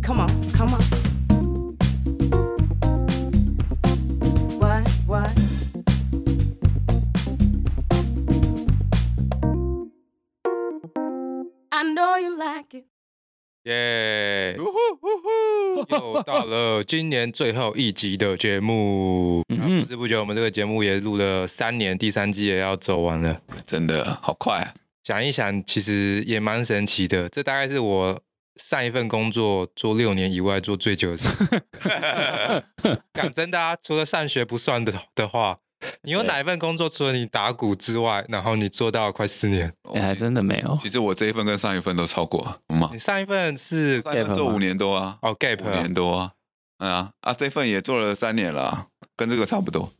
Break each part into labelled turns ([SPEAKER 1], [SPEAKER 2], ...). [SPEAKER 1] Come on. What? What?
[SPEAKER 2] 耶！又到了今年最后一集的节目，啊
[SPEAKER 3] 嗯哼
[SPEAKER 2] 不知不觉我们这个节目也录了三年，第三季也要走完了。
[SPEAKER 3] 真的好快、啊，
[SPEAKER 2] 想一想，其实也蛮神奇的。这大概是我上一份工作做六年以外做最久的事。讲真的啊，除了上学不算的的话，你有
[SPEAKER 3] 对
[SPEAKER 2] 哪一份工作除了你打鼓之外，然后你做到快四年？
[SPEAKER 3] 哎、还真的没有
[SPEAKER 4] 其实我这一份跟上一份都超过，嗯嘛
[SPEAKER 2] 你，上一份是
[SPEAKER 4] 上一
[SPEAKER 3] gap
[SPEAKER 4] 份
[SPEAKER 3] 吗
[SPEAKER 4] 做五年多啊，
[SPEAKER 2] 哦 gap
[SPEAKER 4] 五
[SPEAKER 2] 啊
[SPEAKER 4] 年多啊，嗯啊啊，这份也做了三年了啊，跟这个差不多，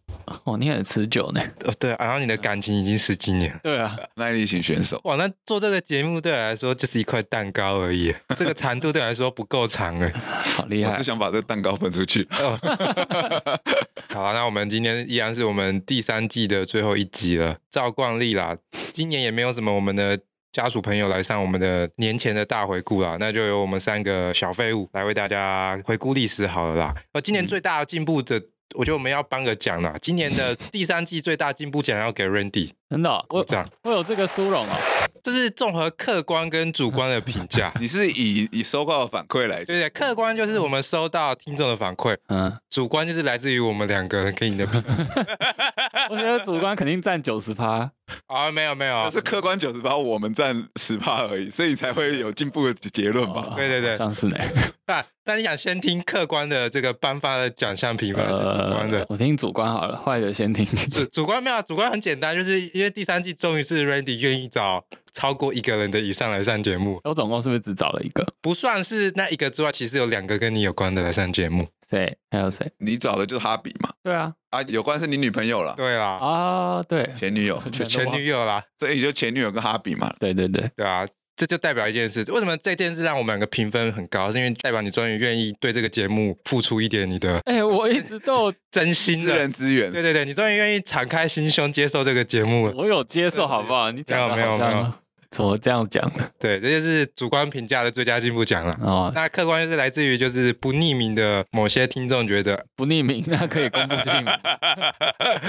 [SPEAKER 3] 哦，你很持久呢。
[SPEAKER 2] 哦对啊，然后你的感情已经十几年了。
[SPEAKER 3] 对啊，
[SPEAKER 4] 耐力型选手。
[SPEAKER 2] 哇，那做这个节目对我来说就是一块蛋糕而已，这个长度对我来说不够长哎。
[SPEAKER 3] 好厉
[SPEAKER 4] 我
[SPEAKER 3] 害
[SPEAKER 4] 是，想把这蛋糕分出 去，。
[SPEAKER 2] 好、啊，那我们今天依然是我们第三季的最后一集了。照惯例啦，今年也没有什么我们的家属朋友来上我们的年前的大回顾啦，那就由我们三个小废物来为大家回顾历史好了啦。呃，今年最大的进步的，我觉得我们要颁个奖啦。今年的第三季最大进步奖要给 Randy，
[SPEAKER 3] 真的哦、
[SPEAKER 2] 鼓
[SPEAKER 3] 我
[SPEAKER 2] 掌。
[SPEAKER 3] 我有这个殊荣哦。
[SPEAKER 2] 这是综合客观跟主观的评价
[SPEAKER 4] 你是以以收到的反馈来
[SPEAKER 2] 对对，客观就是我们收到听众的反馈，
[SPEAKER 3] 嗯，
[SPEAKER 2] 主观就是来自于我们两个人给你的 评价。
[SPEAKER 3] 我觉得主观肯定占九十趴。
[SPEAKER 2] 啊、没有没有，
[SPEAKER 4] 但是客观九十八，我们占十趴而已，所以才会有进步的结论吧？
[SPEAKER 2] 对对对
[SPEAKER 3] 哦好像是呢。
[SPEAKER 2] 那那你想先听客观的这个颁发的奖项评分，还是主观
[SPEAKER 3] 呃
[SPEAKER 2] 的，？
[SPEAKER 3] 我听主观好了，坏的先听。
[SPEAKER 2] 主主观没有，啊主观很简单，就是因为第三季终于是 Randy 愿意找超过一个人的以上来上节目，
[SPEAKER 3] 我总共是不是只找了一个？
[SPEAKER 2] 不算是那一个之外，其实有两个跟你有关的来上节目。
[SPEAKER 3] 谁？还有谁？
[SPEAKER 4] 你找的就是哈比嘛？
[SPEAKER 3] 对啊，
[SPEAKER 4] 啊，有关是你女朋友啦，
[SPEAKER 2] 对啦，
[SPEAKER 3] 啊，对，
[SPEAKER 4] 前女友，
[SPEAKER 2] 前前女
[SPEAKER 3] 友。
[SPEAKER 2] 友啦，
[SPEAKER 4] 所以就前女友跟哈比嘛。
[SPEAKER 3] 对对对，
[SPEAKER 2] 对啊，这就代表一件事。为什么这件事让我们两个评分很高？是因为代表你终于愿意对这个节目付出一点你的
[SPEAKER 3] 哎、我一直都有
[SPEAKER 2] 真心
[SPEAKER 4] 私
[SPEAKER 2] 的
[SPEAKER 4] 人。资源
[SPEAKER 2] 对，对对，你终于愿意敞开心胸接受这个节目了。
[SPEAKER 3] 我有接受，好不好？你讲的
[SPEAKER 2] 没有
[SPEAKER 3] 好
[SPEAKER 2] 没有没有
[SPEAKER 3] 像怎么这样讲呢？
[SPEAKER 2] 对，这就是主观评价的最佳进步奖了。
[SPEAKER 3] 哦，
[SPEAKER 2] 那客观就是来自于就是不匿名的某些听众觉得，
[SPEAKER 3] 不匿名，那可以公布姓名，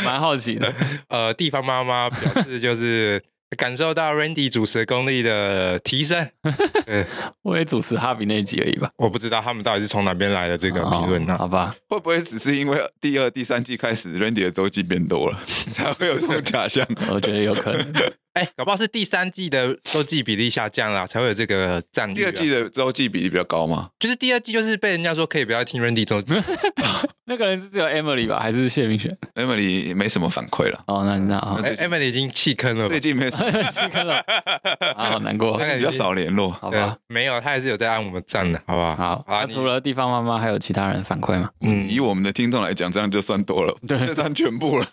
[SPEAKER 3] 蛮好 奇的。
[SPEAKER 2] 呃，地方妈妈表示就是感受到 Randy 主持功力的提升。
[SPEAKER 3] 我也主持哈比那一集而已吧。
[SPEAKER 2] 我不知道他们到底是从哪边来的这个评论啊
[SPEAKER 3] 哦
[SPEAKER 2] 呢？
[SPEAKER 3] 好吧，
[SPEAKER 4] 会不会只是因为第二、第三季开始，Randy 的周记变多了，才会有这种假象？
[SPEAKER 3] 我觉得有可能。
[SPEAKER 2] 哎、搞不好是第三季的周记比例下降啦，才会有这个战略、
[SPEAKER 4] 第二季的周记比例比较高吗？
[SPEAKER 2] 就是第二季就是被人家说可以不要听 Randy 周记，
[SPEAKER 3] 那个人是只有 Emily 吧，还是谢明轩？
[SPEAKER 4] Emily 没什么反馈了，
[SPEAKER 3] 哦，那那好，
[SPEAKER 2] 哎 Emily 已经弃坑了吧
[SPEAKER 4] 最。近没什么，
[SPEAKER 3] 去看了，啊，好难过
[SPEAKER 2] 大，概
[SPEAKER 4] 比较少联络。
[SPEAKER 3] 好
[SPEAKER 2] 对
[SPEAKER 3] 吧，，
[SPEAKER 2] 没有，他还是有在按我们赞的，好不好？
[SPEAKER 3] 好。
[SPEAKER 2] 啊
[SPEAKER 3] 那
[SPEAKER 2] 你
[SPEAKER 3] 除了地方妈妈，还有其他人反馈吗？
[SPEAKER 2] 嗯
[SPEAKER 4] 以我们的听众来讲，这样就算多了，
[SPEAKER 3] 对
[SPEAKER 4] 就算全部了。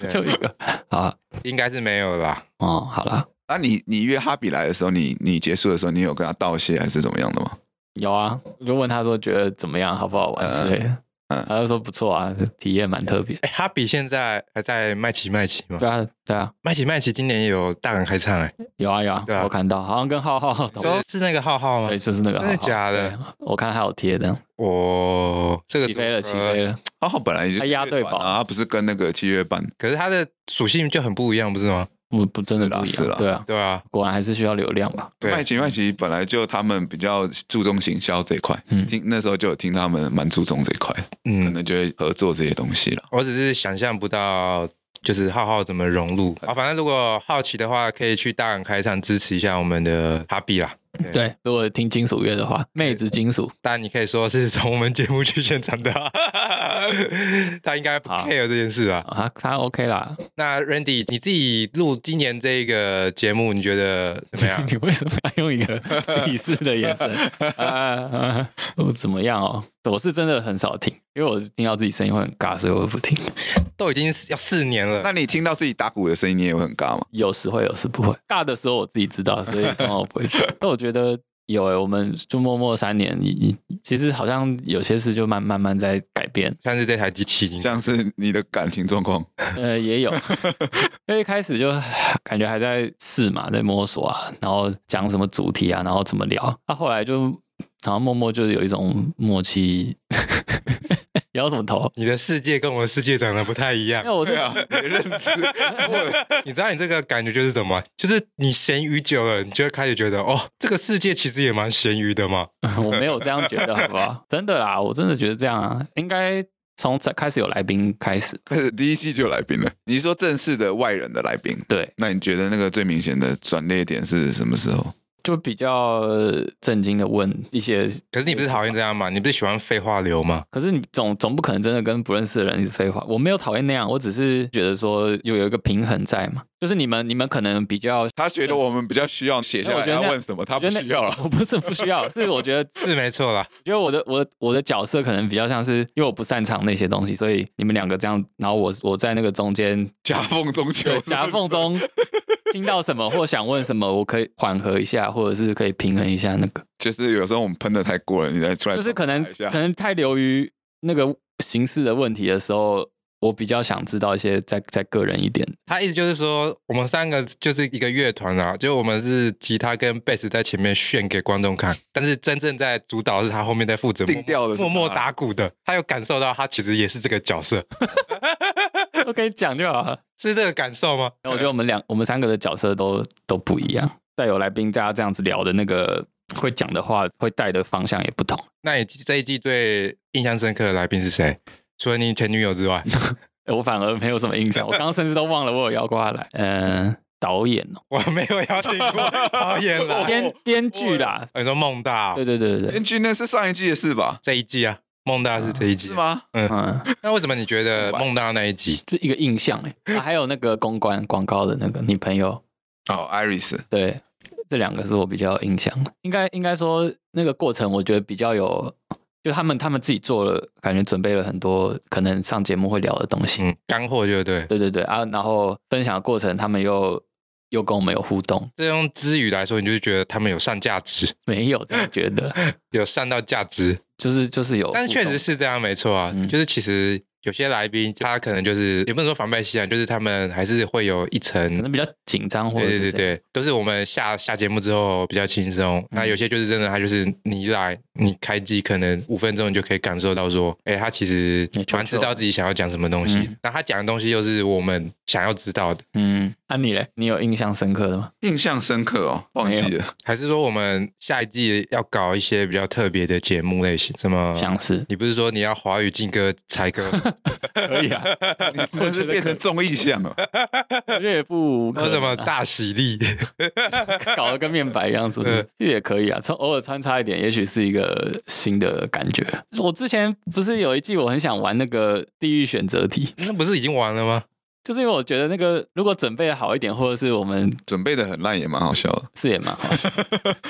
[SPEAKER 2] 对
[SPEAKER 3] 就一个，好啊，
[SPEAKER 2] 应该是没有了吧？
[SPEAKER 3] 哦，好啦，
[SPEAKER 4] 那啊你你约哈比来的时候，你你结束的时候，你有跟他道谢还是怎么样的吗？
[SPEAKER 3] 有啊，我就问他说觉得怎么样，好不好玩之类的，
[SPEAKER 4] 嗯
[SPEAKER 3] 他就说不错啊，这体验蛮特别。
[SPEAKER 2] 哎、哈比现在还在麦奇麦奇吗？
[SPEAKER 3] 对啊，对啊，
[SPEAKER 2] 麦奇麦奇今年也有大港开唱哎、
[SPEAKER 3] 有啊有啊
[SPEAKER 2] 对啊，
[SPEAKER 3] 我看到，好像跟浩浩同
[SPEAKER 2] 欸，是那个浩浩吗
[SPEAKER 3] 对，？就是那个浩浩，
[SPEAKER 2] 真的假的
[SPEAKER 3] 对？我看还有贴的，
[SPEAKER 2] 哦，这个呃
[SPEAKER 3] 起飞了，
[SPEAKER 2] 组
[SPEAKER 3] 起
[SPEAKER 2] 合
[SPEAKER 3] 飞。了，
[SPEAKER 4] 浩浩本来就是
[SPEAKER 3] 他押对
[SPEAKER 4] 乐团啊
[SPEAKER 3] 宝
[SPEAKER 4] 他不是跟那个七月半
[SPEAKER 2] 可是它的属性就很不一样，不是吗？
[SPEAKER 3] 不不，真的
[SPEAKER 4] 是啦
[SPEAKER 3] 不一
[SPEAKER 4] 是啦
[SPEAKER 3] 样，对啊，
[SPEAKER 2] 对啊，
[SPEAKER 3] 果然还是需要流量吧。
[SPEAKER 2] 对
[SPEAKER 4] 麦奇麦奇本来就他们比较注重行销这一块，
[SPEAKER 3] 嗯
[SPEAKER 4] 听那时候就有听他们蛮注重这一块，可
[SPEAKER 2] 嗯，
[SPEAKER 4] 能就会合作这些东西了。
[SPEAKER 2] 我只是想象不到。就是浩浩怎么融入啊？反正如果好奇的话，可以去大港开唱支持一下我们的哈比啦。
[SPEAKER 3] 对，如果听金属乐的话，妹子金属
[SPEAKER 2] 当然，你可以说是从我们节目去宣传的啊， 他应该不
[SPEAKER 3] 好
[SPEAKER 2] care 这件事啊。
[SPEAKER 3] 啊，他 OK 啦。
[SPEAKER 2] 那 Randy，你自己录今年这个节目，你觉得怎么样
[SPEAKER 3] ？你为什么要用 一个鄙视的眼神？啊啊，我怎么样哦？我是真的很少听，因为我听到自己声音会很尬，所以我不听。
[SPEAKER 2] 都已经要四年了，
[SPEAKER 4] 那你听到自己打鼓的声音，你也会很尬吗？
[SPEAKER 3] 有时会，有时不会。尬的时候我自己知道，所以通常我不会 去。那我觉得有诶、欸我们就默默三年，你你其实好像有些事就慢慢慢在改变。
[SPEAKER 2] 像是这台机器已经
[SPEAKER 4] 像是你的感情状况，
[SPEAKER 3] 呃，也有，因为一开始就 感觉还啊在试嘛，在摸索啊，然后讲什么主题啊，然后怎么聊。那、后来就好像默默就是有一种默契。 摇什么头？
[SPEAKER 2] 你的世界跟我的世界长得不太一样
[SPEAKER 3] 因为。我是
[SPEAKER 4] 对啊，你的认知过了，
[SPEAKER 2] 你知道你这个感觉就是什么？就是你咸鱼久了，你就会开始觉得，哦，这个世界其实也蛮咸鱼的嘛。
[SPEAKER 3] 我没有这样觉得，好不好？真的啦，我真的觉得这样啊，应该从才开始有来宾开始。
[SPEAKER 4] 开始第一季就有来宾了。你是说正式的外人的来宾，
[SPEAKER 3] 对，
[SPEAKER 4] 那你觉得那个最明显的转捩点是什么时候？
[SPEAKER 3] 就比较呃震惊的问一些，
[SPEAKER 2] 可是你不是讨厌这样吗？你不是喜欢废话流吗？
[SPEAKER 3] 可是你总总不可能真的跟不认识的人一直废话。我没有讨厌那样，我只是觉得说又有一个平衡在嘛，就是你们你们可能比较，
[SPEAKER 4] 他觉得我们比较需要写下
[SPEAKER 3] 我
[SPEAKER 4] 来
[SPEAKER 3] 觉得
[SPEAKER 4] 要
[SPEAKER 3] 那
[SPEAKER 4] 问什么，他
[SPEAKER 3] 我
[SPEAKER 4] 不
[SPEAKER 3] 觉得那
[SPEAKER 4] 需要了。
[SPEAKER 3] 我不是不需要，是我觉得
[SPEAKER 2] 是没错啦，
[SPEAKER 3] 觉得我的我的我的角色可能比较像是，因为我不擅长那些东西，所以你们两个这样，然后我我在那个中间
[SPEAKER 4] 夹缝中求
[SPEAKER 3] 对，夹缝 中听到什么或想问什么，我可以缓和一下，或者是可以平衡一下那个，
[SPEAKER 4] 就是有时候我们喷的太过了，你再出来
[SPEAKER 3] 就是可能
[SPEAKER 4] 查一下
[SPEAKER 3] 可能太流于那个形式的问题的时候，我比较想知道一些再再个人一点。
[SPEAKER 2] 他意思就是说，我们三个就是一个乐团啦，就我们是吉他跟贝斯在前面炫给观众看，但是真正在主导是他后面在负责
[SPEAKER 4] 定调的是
[SPEAKER 2] 默默
[SPEAKER 4] 他
[SPEAKER 2] 打鼓的，他有感受到他其实也是这个角色，
[SPEAKER 3] 我跟你讲就好 了。
[SPEAKER 2] 是这个感受吗？
[SPEAKER 3] 我觉得我们两我们三个的角色都都不一样，再有来宾大家这样子聊的那个会讲的话，会带的方向也不同。
[SPEAKER 2] 那你这一季最印象深刻的来宾是谁？除了你前女友之 外，
[SPEAKER 3] 哎我反而没有什么印象，我刚刚甚至都忘了我有邀过他来。嗯、导演哦，
[SPEAKER 2] 我没有邀请过导演来。
[SPEAKER 3] 编编剧啦，
[SPEAKER 2] 哦哦你说孟大哦、
[SPEAKER 3] 对对对对对，
[SPEAKER 4] 编剧那是上一季的事吧？
[SPEAKER 2] 这一季啊，孟大是这一季、
[SPEAKER 4] 是？吗？
[SPEAKER 3] 嗯，
[SPEAKER 2] 那为什么你觉得孟大那一集？
[SPEAKER 3] 就一个印象哎、啊还有那个公关广告的那个女朋友，
[SPEAKER 4] 哦，Iris，
[SPEAKER 3] 对，这两个是我比较有印象的。应该应该说那个过程，我觉得比较有，就他们他们自己做了，感觉准备了很多可能上节目会聊的东西。
[SPEAKER 2] 嗯，干货就对。
[SPEAKER 3] 对对对啊，然后分享的过程，他们又又跟我们有互动，
[SPEAKER 2] 这用之语来说，你就觉得他们有上价值，
[SPEAKER 3] 没有这样觉得，
[SPEAKER 2] 有上到价值。
[SPEAKER 3] 就是就是有互动，
[SPEAKER 2] 但是确实是这样，没错啊。
[SPEAKER 3] 哦嗯
[SPEAKER 2] 就是其实有些来宾，他可能就是也不能说防备心啊，就是他们还是会有一
[SPEAKER 3] 可
[SPEAKER 2] 层。
[SPEAKER 3] 能比较紧张或者
[SPEAKER 2] 对
[SPEAKER 3] 是
[SPEAKER 2] 对对
[SPEAKER 3] 怎样
[SPEAKER 2] 对，都是我们下下节目之后比较轻松。那
[SPEAKER 3] 嗯
[SPEAKER 2] 有些就是真的，他就是你一来，你开机可能五分钟你就可以感受到说，哎、他其实
[SPEAKER 3] 没错
[SPEAKER 2] 蛮知道自己想要讲什么东西
[SPEAKER 3] 嗯。
[SPEAKER 2] 那、他讲的东西又是我们想要知道的。
[SPEAKER 3] 嗯，那、你嘞？你有印象深刻的吗？
[SPEAKER 4] 印象深刻哦，忘记
[SPEAKER 3] 没
[SPEAKER 4] 了。
[SPEAKER 2] 还是说我们下一季要搞一些比较特别的节目类型？什么？
[SPEAKER 3] 像是
[SPEAKER 2] 你不是说你要华语劲歌、才 歌，
[SPEAKER 3] 可以啊，
[SPEAKER 4] 你 真的是变成综艺项哦 了，
[SPEAKER 3] 我觉得也不无可
[SPEAKER 2] 或什
[SPEAKER 3] 能
[SPEAKER 2] 么
[SPEAKER 3] 啊
[SPEAKER 2] 大喜力？
[SPEAKER 3] 搞得跟面白一样，是不
[SPEAKER 2] 对
[SPEAKER 3] 是？这也可以啊，穿偶尔穿插一点，也许是一个新的感觉。我之前不是有一季我很想玩那个地狱选择题，
[SPEAKER 2] 那不是已经完了吗？
[SPEAKER 3] 就是因为我觉得那个如果准备得好一点，或者是我们
[SPEAKER 4] 准备的很烂也蛮好笑的。
[SPEAKER 3] 是也蛮好笑，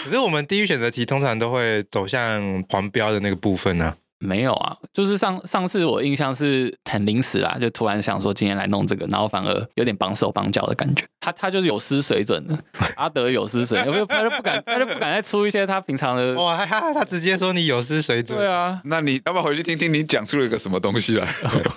[SPEAKER 2] 可是我们地狱选择题通常都会走向黄标的那个部分呢、
[SPEAKER 3] 没有啊，就是上上次我印象是很临时啦，就突然想说今天来弄这个，然后反而有点绑手绑脚的感觉。他他就是有失水准的，阿德有失水准，因为他就不敢，他就不敢再出一些他平常的。
[SPEAKER 2] 哇，他他直接说你有失水准。
[SPEAKER 3] 对啊，
[SPEAKER 4] 那你要不要回去听听你讲出了一个什么东西来？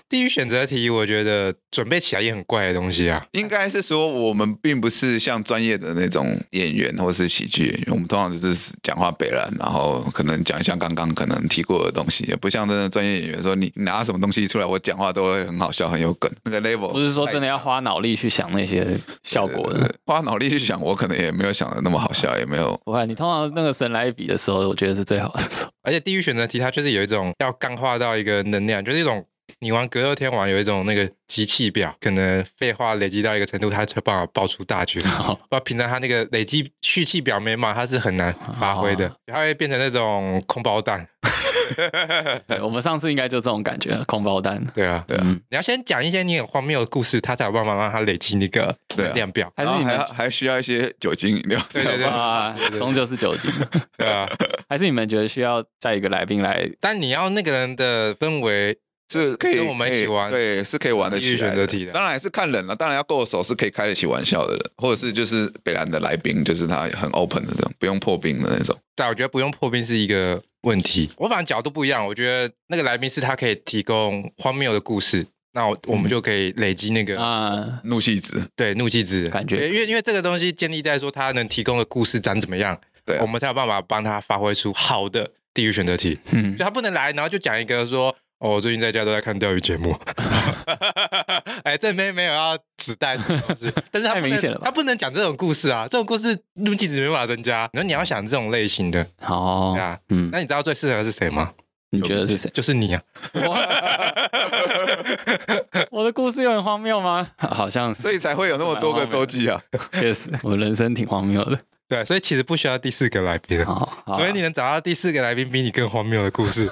[SPEAKER 2] 地狱选择题，我觉得准备起来也很怪的东西啊。
[SPEAKER 4] 应该是说我们并不是像专业的那种演员或是喜剧演员，我们通常就是讲话北然，然后可能讲一下刚刚可能提过的东西，也不像真的专业演员说你你拿什么东西出来，我讲话都会很好笑，很有梗。那个 level
[SPEAKER 3] 不是说真的要花脑力去想那些效果的。
[SPEAKER 4] 花脑力去想，我可能也没有想的那么好笑，也没有
[SPEAKER 3] 不会，你通常那个神来一笔的时候，我觉得是最好的时候。
[SPEAKER 2] 而且地狱选择题，它就是有一种要钢化到一个能量，就是一种你玩格斗天王有一种那个集气表，可能废话累积到一个程度，它才办法爆出大绝。
[SPEAKER 3] 好
[SPEAKER 2] 不然平常它那个累积蓄气表没满，它是很难发挥
[SPEAKER 3] 啊
[SPEAKER 2] 的，它会变成那种空包弹。
[SPEAKER 3] 对我们上次应该就这种感觉，空包弹。
[SPEAKER 2] 对啊，
[SPEAKER 4] 对啊。
[SPEAKER 3] 嗯
[SPEAKER 2] 你要先讲一些你很荒谬的故事，它才有办法让它累积那个
[SPEAKER 4] 对啊
[SPEAKER 2] 能量表。
[SPEAKER 3] 还是
[SPEAKER 4] 然后
[SPEAKER 3] 你
[SPEAKER 4] 还
[SPEAKER 3] 们
[SPEAKER 4] 要还需要一些酒精饮料，
[SPEAKER 2] 对对对
[SPEAKER 3] 啊，终究是酒精。
[SPEAKER 2] 对 啊，
[SPEAKER 3] 还是你们觉得需要再一个来宾来？
[SPEAKER 2] 但你要那个人的氛围，
[SPEAKER 4] 是可以
[SPEAKER 2] 跟我们一起
[SPEAKER 4] 可以
[SPEAKER 2] 玩
[SPEAKER 4] 对，是可以玩得起来
[SPEAKER 2] 地狱选择题的
[SPEAKER 4] 当然还是看人了，当然要够熟，是可以开得起玩笑的人，或者是就是北兰的来宾，就是他很 open 的这种，不用破冰的那种。
[SPEAKER 2] 啊但我觉得不用破冰是一个问题。我反正角度不一样，我觉得那个来宾是他可以提供荒谬的故事，那我我
[SPEAKER 4] 嗯
[SPEAKER 2] 们就可以累积那个、
[SPEAKER 3] 啊，
[SPEAKER 4] 怒 气值，
[SPEAKER 2] 对怒气值
[SPEAKER 3] 感觉
[SPEAKER 2] 因为因为因为这个东西建立在说他能提供的故事长怎么样，
[SPEAKER 4] 对啊
[SPEAKER 2] 我们才有办法帮他发挥出好的地狱选择题，
[SPEAKER 3] 嗯
[SPEAKER 2] 就，他不能来，然后就讲一个说。哦，我最近在家都在看钓鱼节目， 哎，这边没有要子弹什么东西，但是他不能
[SPEAKER 3] 太明显了吧
[SPEAKER 2] 他不能讲这种故事啊，这种故事路径值没办法增加。然后你要想这种类型的，
[SPEAKER 3] 哦好
[SPEAKER 2] 对，啊，
[SPEAKER 3] 嗯，
[SPEAKER 2] 那你知道最适合是谁吗？
[SPEAKER 3] 你觉得 是谁？
[SPEAKER 2] 就是你啊，
[SPEAKER 3] 我的故事有很荒谬吗？ 好像
[SPEAKER 4] 所以才会有那么多个周记啊。
[SPEAKER 3] 确实，我人生挺荒谬的。
[SPEAKER 2] 对，所以其实不需要第四个来宾，
[SPEAKER 3] 好，好啊
[SPEAKER 2] 所以你能找到第四个来宾比你更荒谬的故 事，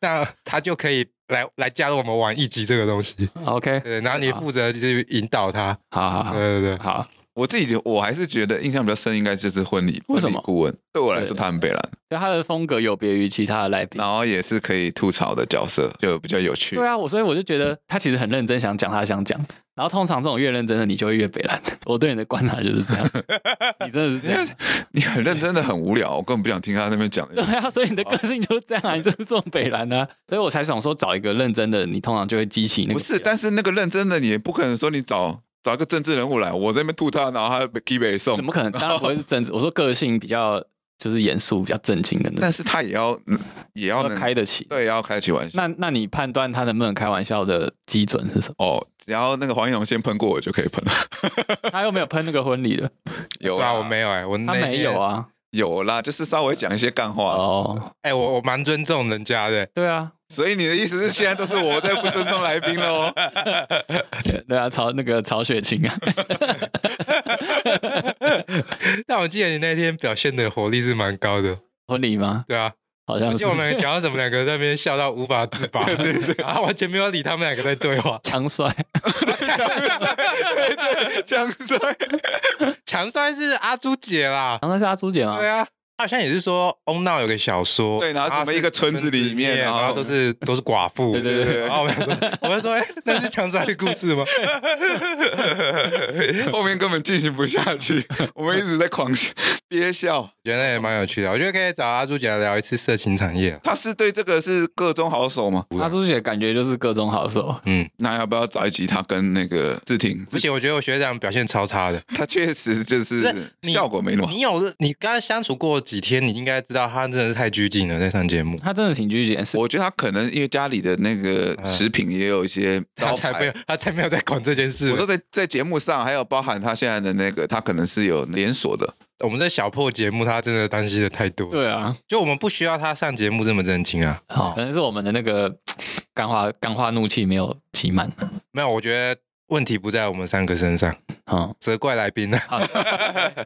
[SPEAKER 2] 那他就可以来来加入我们玩一集这个东西。
[SPEAKER 3] OK，
[SPEAKER 2] 对，然后你负责就是引导他，
[SPEAKER 3] 好好好
[SPEAKER 2] 对对对，
[SPEAKER 3] 好，
[SPEAKER 4] 我自己就我还是觉得印象比较深，应该就是婚礼
[SPEAKER 3] 为
[SPEAKER 4] 婚
[SPEAKER 3] 什么
[SPEAKER 4] 礼顾问，对我来说
[SPEAKER 3] 对
[SPEAKER 4] 他很北蓝，
[SPEAKER 3] 就他的风格有别于其他的来宾。
[SPEAKER 4] 然后也是可以吐槽的角色，就比较有趣。
[SPEAKER 3] 对啊，我所以我就觉得他其实很认真想讲他想讲，然后通常这种越认真的你就会越北烂。 我对你的观察就是这样，你真的是这样。
[SPEAKER 4] 你很认真的很无聊，我根本不想听他那边讲。
[SPEAKER 3] 对啊，所以你的个性就是这样啊，你就是这种北蓝啊，所以我才想说找一个认真的，你通常就会激起那个
[SPEAKER 4] 不是，但是那个认真的你也不可能说你找找一个政治人物来，我在那边吐他，然后他被 k 北送
[SPEAKER 3] 怎，么可能？当然不会是政治，我说个性比较就是严肃、比较正经的那
[SPEAKER 4] 但
[SPEAKER 3] 种，
[SPEAKER 4] 是他也要嗯也要
[SPEAKER 3] 要
[SPEAKER 4] 能
[SPEAKER 3] 开得起。
[SPEAKER 4] 对，也要开起玩笑。
[SPEAKER 3] 那那你判断他能不能开玩笑的基准是什
[SPEAKER 4] 哦，只要那个黄一龙先喷过我就可以喷了。
[SPEAKER 3] 么？他又没有喷那个婚礼的，
[SPEAKER 4] 有
[SPEAKER 2] 对
[SPEAKER 4] 啦，
[SPEAKER 2] 啊，我没有哎，我
[SPEAKER 3] 他
[SPEAKER 2] 那天
[SPEAKER 3] 没有，啊。
[SPEAKER 4] 有啦，就是稍微讲一些干话。
[SPEAKER 3] 哦，
[SPEAKER 2] 哎，我我蛮尊重人家的，
[SPEAKER 3] 对啊，
[SPEAKER 4] 所以你的意思是现在都是我在不尊重来宾哦喽？
[SPEAKER 3] 对对啊，曹那个曹雪芹啊，
[SPEAKER 2] 但我记得你那天表现的活力是蛮高的，
[SPEAKER 3] 婚礼吗？
[SPEAKER 2] 对啊，
[SPEAKER 3] 好像是。
[SPEAKER 2] 就我们讲到什么两个在那边笑到无法自拔，对对，然后完全没有理他们两个在对话
[SPEAKER 3] 强帅，
[SPEAKER 4] 对对，江帅，
[SPEAKER 2] 强酸是阿朱姐啦，
[SPEAKER 3] 强帅是阿朱姐吗？
[SPEAKER 2] 对啊，他好像也是说翁闹有个小说，
[SPEAKER 4] 对然后什么一个村子里面
[SPEAKER 2] 然
[SPEAKER 4] 然后
[SPEAKER 2] 后都是都是寡妇，
[SPEAKER 3] 对对对
[SPEAKER 2] 然后我们说，我们说，哎，那是强酸的故事 吗？
[SPEAKER 4] 后面根本进行不下去，我们一直在狂笑憋笑。
[SPEAKER 2] 觉得也蛮有趣的，我觉得可以找阿朱姐来聊一次色情产业。
[SPEAKER 4] 他是对这个是各中好手吗？
[SPEAKER 3] 阿朱姐感觉就是各种好手，
[SPEAKER 2] 嗯，
[SPEAKER 4] 那要不要找一集他跟那个志廷？
[SPEAKER 2] 不行，我觉得我学长表现超差的。
[SPEAKER 4] 他确实就是
[SPEAKER 2] 是你
[SPEAKER 4] 效果没那么好。
[SPEAKER 2] 你有你跟他相处过几天，你应该知道他真的是太拘谨了，在上节目，
[SPEAKER 3] 他真的挺拘谨，是
[SPEAKER 4] 我觉得他可能因为家里的那个食品也有一些
[SPEAKER 2] 嗯他
[SPEAKER 4] 招
[SPEAKER 2] 才没有
[SPEAKER 4] 牌。
[SPEAKER 2] 他才没有在管这件事。
[SPEAKER 4] 我说在在节目上，还有包含他现在的那个，他可能是有连锁的，
[SPEAKER 2] 我们这小破节目，他真的担心的太多。，
[SPEAKER 3] 对啊，
[SPEAKER 2] 就我们不需要他上节目这么认真啊。
[SPEAKER 3] 好，可能是我们的那个干化干化怒气没有起满，
[SPEAKER 2] 没有，我觉得问题不在我们三个身上，
[SPEAKER 3] 嗯，
[SPEAKER 2] 责怪来宾呢、啊
[SPEAKER 3] 好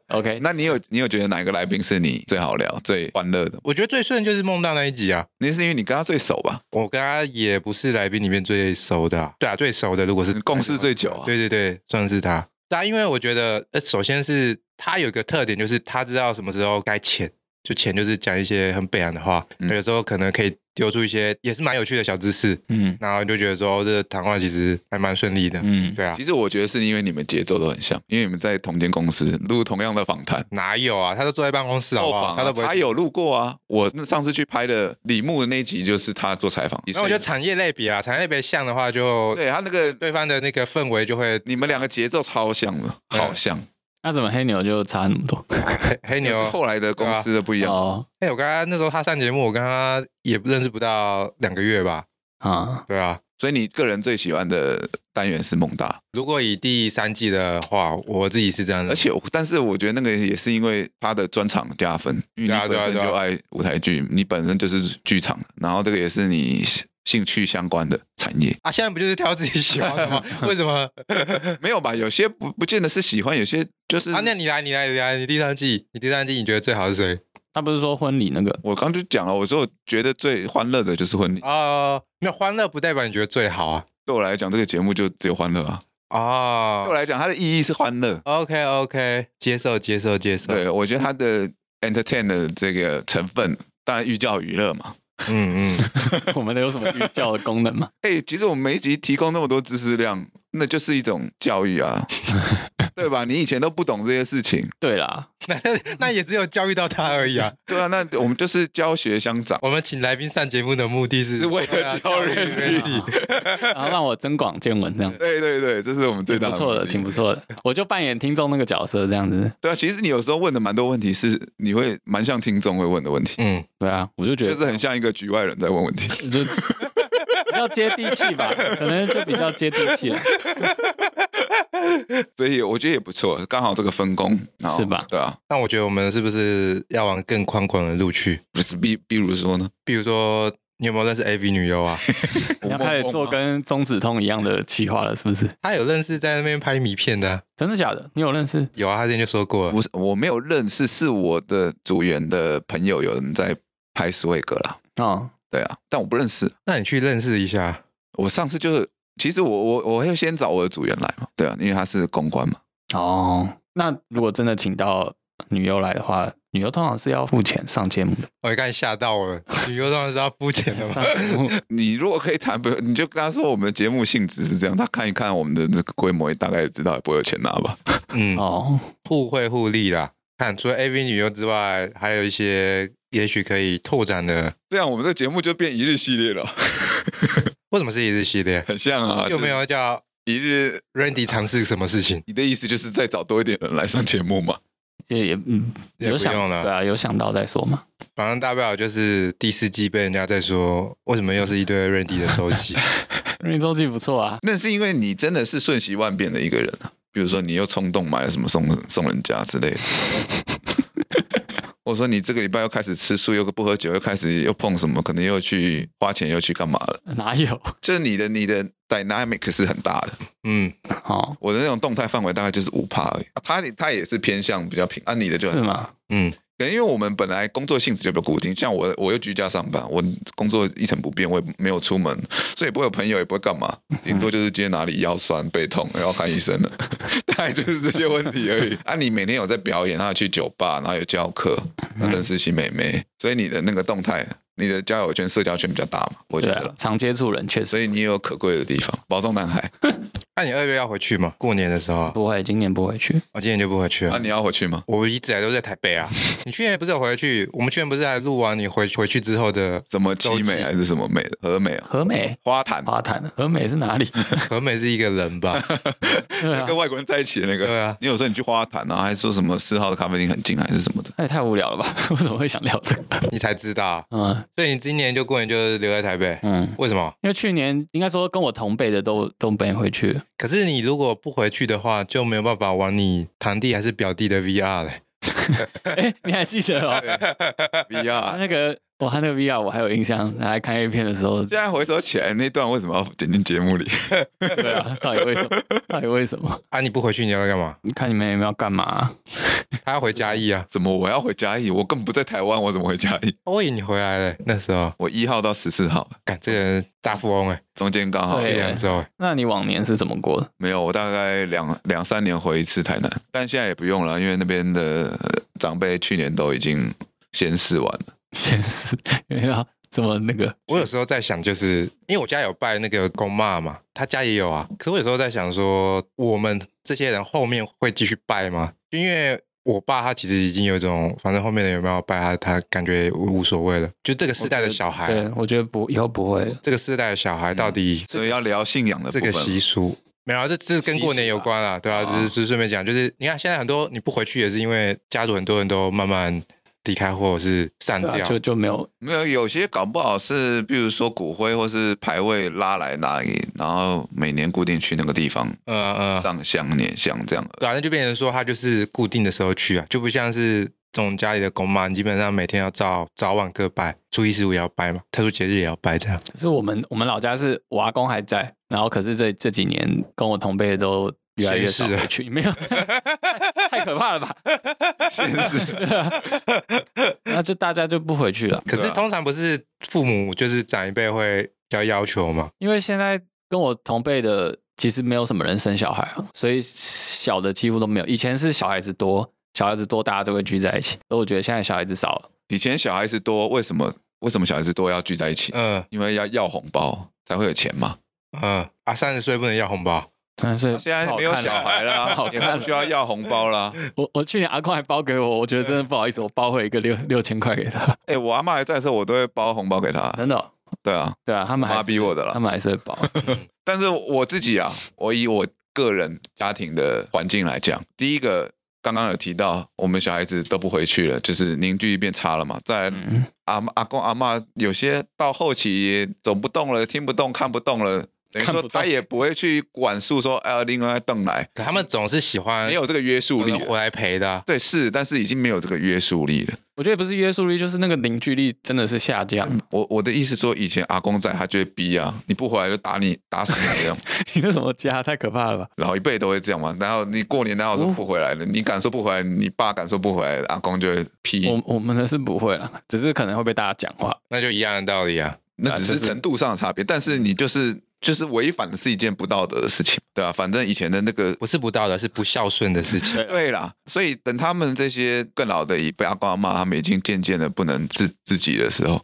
[SPEAKER 3] ，OK，
[SPEAKER 4] 那你有你有觉得哪一个来宾是你最好聊、最欢乐的？
[SPEAKER 2] 我觉得最顺就是梦到那一集啊，
[SPEAKER 4] 那是因为你跟他最熟吧？
[SPEAKER 2] 我跟他也不是来宾里面最熟的、啊，对啊，最熟的如果是
[SPEAKER 4] 共事最久啊
[SPEAKER 2] 对对对，算是他。但因为我觉得，呃，首先是他有一个特点，就是他知道什么时候该潜，就潜就是讲一些很北洋的话，
[SPEAKER 4] 嗯
[SPEAKER 2] 有时候可能可以丢出一些也是蛮有趣的小知识，
[SPEAKER 3] 嗯
[SPEAKER 2] 然后你就觉得说哦这谈话其实还蛮顺利的，
[SPEAKER 3] 嗯，
[SPEAKER 2] 对啊
[SPEAKER 4] 其。实我觉得是因为你们节奏都很像，因为你们在同间公司录同样的访谈。
[SPEAKER 2] 哪有啊？他都坐在办公室好不好？
[SPEAKER 4] 啊
[SPEAKER 2] 他都不会。
[SPEAKER 4] 他有录过啊！我那上次去拍的李牧的那一集就是他做采访，
[SPEAKER 2] 那我觉得产业类别啊，产业类别像的话就，
[SPEAKER 4] 对他那个
[SPEAKER 2] 对方的那个氛围就会
[SPEAKER 4] 你们两个节奏超像的，
[SPEAKER 2] 对啊
[SPEAKER 4] 好像。
[SPEAKER 3] 那怎么黑牛就差那么多？
[SPEAKER 2] 黑黑牛
[SPEAKER 4] 就是后来的公司的不一样，
[SPEAKER 3] 哦，
[SPEAKER 2] 哎、我跟他那时候他上节目，我跟他也认识不到两个月吧，
[SPEAKER 3] 啊，
[SPEAKER 2] 对啊。
[SPEAKER 4] 所以你个人最喜欢的单元是孟大，
[SPEAKER 2] 如果以第三季的话，我自己是这样的，
[SPEAKER 4] 而且我但是我觉得那个也是因为他的专场加分，因为
[SPEAKER 2] 对啊
[SPEAKER 4] 你本身
[SPEAKER 2] 对啊对啊
[SPEAKER 4] 就爱舞台剧，你本身就是剧场，然后这个也是你兴趣相关的产业，
[SPEAKER 2] 啊，现在不就是挑自己喜欢 的吗？为什么？
[SPEAKER 4] 没有吧？有些不不见得是喜欢，有些就是
[SPEAKER 2] 啊，那你来，你来，你来，你第三季，你第三季你觉得最好是谁？
[SPEAKER 3] 他不是说婚礼那个
[SPEAKER 4] 我刚就讲了，我说我觉得最欢乐的就是婚礼，
[SPEAKER 2] 哦、没有欢乐不代表你觉得最好啊。
[SPEAKER 4] 对我来讲这个节目就只有欢乐啊，对我
[SPEAKER 2] 哦
[SPEAKER 4] 来讲它的意义是欢乐，
[SPEAKER 2] ，OK OK，接受接受接受。
[SPEAKER 4] 对我觉得它的 entertain 的这个成分，当然寓教于乐嘛。
[SPEAKER 2] 嗯嗯，
[SPEAKER 3] 我们的有什么寓教的功能吗？
[SPEAKER 4] 哎、其实我们每一集提供那么多知识量，那就是一种教育啊， 对吧？你以前都不懂这些事情，
[SPEAKER 3] 对啦，
[SPEAKER 2] 那那也只有教育到他而已啊。
[SPEAKER 4] 对啊，那我们就是教学相长。
[SPEAKER 2] 我们请来宾上节目的目的是 啊
[SPEAKER 4] 是为了教育。
[SPEAKER 2] 人体，
[SPEAKER 3] 然后让我增广见闻这样
[SPEAKER 4] 对对对，这是我们最
[SPEAKER 3] 挺
[SPEAKER 4] 大
[SPEAKER 3] 不
[SPEAKER 4] 的
[SPEAKER 3] 错的，
[SPEAKER 4] 目的
[SPEAKER 3] 挺不错的。我就扮演听众那个角色，这样子。
[SPEAKER 4] 对啊，其实你有时候问的蛮多问题，是你会蛮像听众会问的问题，
[SPEAKER 2] 嗯，
[SPEAKER 3] 对啊，我就觉得
[SPEAKER 4] 就是很像一个局外人在问 问题。
[SPEAKER 3] 就比较接地气吧，可能就比较接地气了。
[SPEAKER 4] 所以我觉得也不错，刚好这个分工然后
[SPEAKER 3] 是吧
[SPEAKER 4] 对啊，
[SPEAKER 2] 那我觉得我们是不是要往更宽广的路去？
[SPEAKER 4] 不是比比如说呢，
[SPEAKER 2] 比如说，你有没有认识 AV 女优啊？
[SPEAKER 3] 你要开始做跟中止痛一样的企划了，是不是？
[SPEAKER 2] 她有认识在那边拍迷片的啊、
[SPEAKER 3] 真的假的？你有认识？
[SPEAKER 2] 有啊，她之前就说过了
[SPEAKER 4] 不是我没有认识，是我的组员的朋友有人在拍苏伟哥啦，
[SPEAKER 3] 哦，
[SPEAKER 4] 对啊，但我不认识。
[SPEAKER 2] 那你去认识一下。
[SPEAKER 4] 我上次就是，其实我我我会先找我的组员来嘛，对啊，因为他是公关嘛，
[SPEAKER 3] 哦，那如果真的请到女优来的话，女优通常是要付钱上节目的，
[SPEAKER 2] 我刚才吓到了，女优当然是要付钱的嘛
[SPEAKER 3] 上。节目
[SPEAKER 4] 你如果可以谈，不你就跟他说我们的节目性质是这样，他看一看我们的这个规模，大概也知道也不会有钱拿吧。
[SPEAKER 2] 嗯，
[SPEAKER 3] 哦。
[SPEAKER 2] 互惠互利啦。看，除了 AV 女优之外，还有一些也许可以拓展的。
[SPEAKER 4] 这样我们这节目就变一日系列了，
[SPEAKER 2] 为什么是一日系列？
[SPEAKER 4] 很像啊，
[SPEAKER 2] 有没有叫
[SPEAKER 4] 一日？
[SPEAKER 2] Randy 尝试什么事情？
[SPEAKER 4] 你的意思就是再找多一点人来上节目嘛？
[SPEAKER 3] 这也嗯，
[SPEAKER 2] 也
[SPEAKER 3] 有
[SPEAKER 2] 不
[SPEAKER 3] 想
[SPEAKER 2] 用了
[SPEAKER 3] 对啊，有想到再说嘛。
[SPEAKER 2] 反正大不了就是第四季被人家在说，为什么又是一堆 Randy 的收 集？
[SPEAKER 3] 因为周记不错啊，
[SPEAKER 4] 那是因为你真的是瞬息万变的一个人啊，比如说你又冲动买了什么送送人家之类的。 我说你这个礼拜又开始吃素，又不喝酒，又开始又碰什么，可能又去花钱，又去干嘛了？
[SPEAKER 3] 哪有？
[SPEAKER 4] 就是你的你的 dynamic 是很大的，
[SPEAKER 2] 嗯，
[SPEAKER 3] 哦，
[SPEAKER 4] 我的那种动态范围大概就是五趴而已。啊他他也是偏向比较平，啊，你的就是很
[SPEAKER 3] 吗？
[SPEAKER 2] 嗯，
[SPEAKER 4] 可能因为我们本来工作性质就比较固定，像我我又居家上班，我工作一成不变，我也没有出门，所以也不会有朋友，也不会干嘛，顶多就是今天哪里腰酸背痛，然后看医生了， 大概就是这些问题而已。啊，你每天有在表演，然后去酒吧，然后有教课，然后认识新美眉，所以你的那个动态，你的交友圈、社交圈比较大嘛，我觉
[SPEAKER 3] 对
[SPEAKER 4] 得
[SPEAKER 3] 啊
[SPEAKER 4] 啦，，
[SPEAKER 3] 常接触人确
[SPEAKER 4] 所
[SPEAKER 3] 实
[SPEAKER 4] 以你也有可贵的地方，保重男孩。
[SPEAKER 2] 那你二月要回去吗？过年的时候，
[SPEAKER 3] 不会，今年不会去。
[SPEAKER 2] 我今年就不回去
[SPEAKER 4] 那、
[SPEAKER 2] 了。
[SPEAKER 4] 啊你要回去吗？
[SPEAKER 2] 我一直以来都在台北 啊。你去年不是有回去？我们去年不是还录完你回回去之后的
[SPEAKER 4] 什么七美还是什么美的和美啊？
[SPEAKER 3] 和美
[SPEAKER 4] 花坛，
[SPEAKER 3] 花坛，和美是 哪里？
[SPEAKER 2] 和美是一个人吧？
[SPEAKER 3] 对啊
[SPEAKER 4] 跟，外国人在一起的那个。
[SPEAKER 2] 对啊
[SPEAKER 4] 你有时候你去花坛啊，还说什么四号的咖啡厅很近啊还是 什么的，
[SPEAKER 3] 那也太无聊了吧？ 我怎么会想聊这个？
[SPEAKER 2] 你才知道。
[SPEAKER 3] 嗯
[SPEAKER 2] 所以你今年就过年就留在台北，
[SPEAKER 3] 嗯，
[SPEAKER 2] 为什么？
[SPEAKER 3] 因为去年应该说跟我同辈的都都没回 去，
[SPEAKER 2] 可是你如果不回去的话，就没有办法玩你堂弟还是表弟的 VR 嘞。
[SPEAKER 3] 哎，你还记得哦？
[SPEAKER 4] 啊
[SPEAKER 3] 他
[SPEAKER 4] VR。
[SPEAKER 3] 那个我他那个 VR 我还有印象，拿来看 A 片的时候，
[SPEAKER 4] 现在回首起来，那段为什么要剪进节目里？
[SPEAKER 3] 对啊，到底为什 么？到底为什么？
[SPEAKER 2] 啊，你不回去你要干嘛？
[SPEAKER 3] 你看你们有没有干嘛啊？
[SPEAKER 2] 他要回嘉义 啊。
[SPEAKER 4] 怎么我要回嘉义？我根本不在台湾，我怎么回嘉义？
[SPEAKER 2] 哦我以为你回来了，那时候，
[SPEAKER 4] 我一号到十四号，
[SPEAKER 2] 干这个人大富翁哎、
[SPEAKER 4] 中间刚好
[SPEAKER 3] 对啊
[SPEAKER 2] 去两周哎，
[SPEAKER 3] 那你往年是怎么过的？
[SPEAKER 4] 没有，我大概两两三年回一次台南，但现在也不用了，因为那边的呃长辈去年都已经先试完了。
[SPEAKER 3] 现实因为要这么那个，
[SPEAKER 2] 我有时候在想，就是因为我家有拜那个公妈嘛，他家也有啊。可是我有时候在想说，我们这些人后面会继续拜吗？就因为我爸他其实已经有一种，反正后面的人有没有拜他，他感觉无所谓了。就这个世代的小孩啊，
[SPEAKER 3] 对我觉得嗯不以后不会了。
[SPEAKER 2] 这个世代的小孩到底
[SPEAKER 4] 所以要聊信仰的部
[SPEAKER 2] 这
[SPEAKER 4] 分
[SPEAKER 2] 个习俗。没有、啊，这这跟过年有关啦，对啊，
[SPEAKER 4] 啊
[SPEAKER 2] 只是只是顺便讲，就是你看现在很多你不回去也是因为家族很多人都慢慢离开或者是
[SPEAKER 4] 嗯
[SPEAKER 2] 散
[SPEAKER 3] 对
[SPEAKER 2] 掉，嗯
[SPEAKER 3] 啊，就就没有
[SPEAKER 4] 没有，有些搞不好是，比如说骨灰或是牌位拉来哪里，然后每年固定去那个地方
[SPEAKER 2] 嗯
[SPEAKER 3] 啊
[SPEAKER 2] 嗯，
[SPEAKER 4] 上香、念香这样。
[SPEAKER 2] 对啊，那就变成说他就是固定的时候去啊，就不像是这种家里的公妈，你基本上每天要照早晚各拜，初一十五也要拜嘛，特殊节日也要拜这样。
[SPEAKER 3] 可是我们我们老家是我阿公还在，然后可是这这几年跟我同辈的都越来越少
[SPEAKER 2] 谁
[SPEAKER 4] 啊
[SPEAKER 2] 是
[SPEAKER 3] 回去， 没有，太可怕了吧？
[SPEAKER 4] 现实，
[SPEAKER 3] 那就大家就不回去了，
[SPEAKER 2] 可是
[SPEAKER 4] 对啊
[SPEAKER 2] 通常不是父母就是长一辈会比较要求嘛，
[SPEAKER 3] 因为现在跟我同辈的其实没有什么人生小孩啊，所以小的几乎都没有。以前是小孩子多，小孩子多大家都会聚在一起，而我觉得现在小孩子少了，
[SPEAKER 4] 以前小孩子多，为什么为什么小孩子多要聚
[SPEAKER 3] 啊
[SPEAKER 4] 在一起？
[SPEAKER 2] 嗯
[SPEAKER 4] 因为要要红包才会有钱嘛。
[SPEAKER 2] 嗯，啊，三十岁不能要红包，
[SPEAKER 3] 嗯，所以
[SPEAKER 4] 现在没有小孩
[SPEAKER 3] 了，不
[SPEAKER 4] 啦
[SPEAKER 3] 好，
[SPEAKER 4] 也
[SPEAKER 3] 看
[SPEAKER 4] 不需要要红 包啦。
[SPEAKER 3] 我我去年阿公还包给我，我觉得真的不好意思，我包回一个六六千块给他，
[SPEAKER 4] 哎、我阿妈还在的时候，我都会包红包给她。
[SPEAKER 3] 真的哦。
[SPEAKER 4] 对啊，
[SPEAKER 3] 对啊，他们还
[SPEAKER 4] 妈
[SPEAKER 3] 是
[SPEAKER 4] 逼我的啦
[SPEAKER 3] 他们还是会包。啊
[SPEAKER 4] 但是我自己啊，我以我个人家庭的环境来讲，第一个刚刚有提到，我们小孩子都不回去了，就是凝聚力变差了嘛。再来，
[SPEAKER 3] 嗯，
[SPEAKER 4] 阿嬷阿公阿嬷有些到后期也走不动了，听不动，看不动了。等于
[SPEAKER 3] 看不
[SPEAKER 4] 说
[SPEAKER 3] 动
[SPEAKER 4] 他也不会去管束说，哎、另外邓来
[SPEAKER 2] 可他们总是喜欢
[SPEAKER 4] 没有这个约束力
[SPEAKER 2] 有人
[SPEAKER 4] 了。
[SPEAKER 2] 回来陪的啊、
[SPEAKER 4] 对，是，但是已经没有这个约束力了。
[SPEAKER 3] 我觉得不是约束力，就是那个凝聚力真的是下降。
[SPEAKER 4] 我我的意思说，以前阿公在，他就会逼啊，你不回来就打你，打死你这样。
[SPEAKER 3] 你那什么家太可怕了吧？
[SPEAKER 4] 老一辈都会这样嘛。然后你过年哪有
[SPEAKER 2] 哦
[SPEAKER 4] 说不回来的？你敢说不回来，你爸敢说不回来，阿公就会批。
[SPEAKER 2] 哦
[SPEAKER 3] 我我们的是不会了，只是可能会被大家讲话。
[SPEAKER 2] 那就一样的道理啊。
[SPEAKER 4] 那只是程度上的差别，但是你就是就是违反的是一件不道德的事情，对吧、反正以前的那个。
[SPEAKER 2] 不是不道德，是不孝顺的事情。
[SPEAKER 4] 对啦，所以等他们这些更老的一辈阿公阿妈，他们已经渐渐的不能自自己的时候，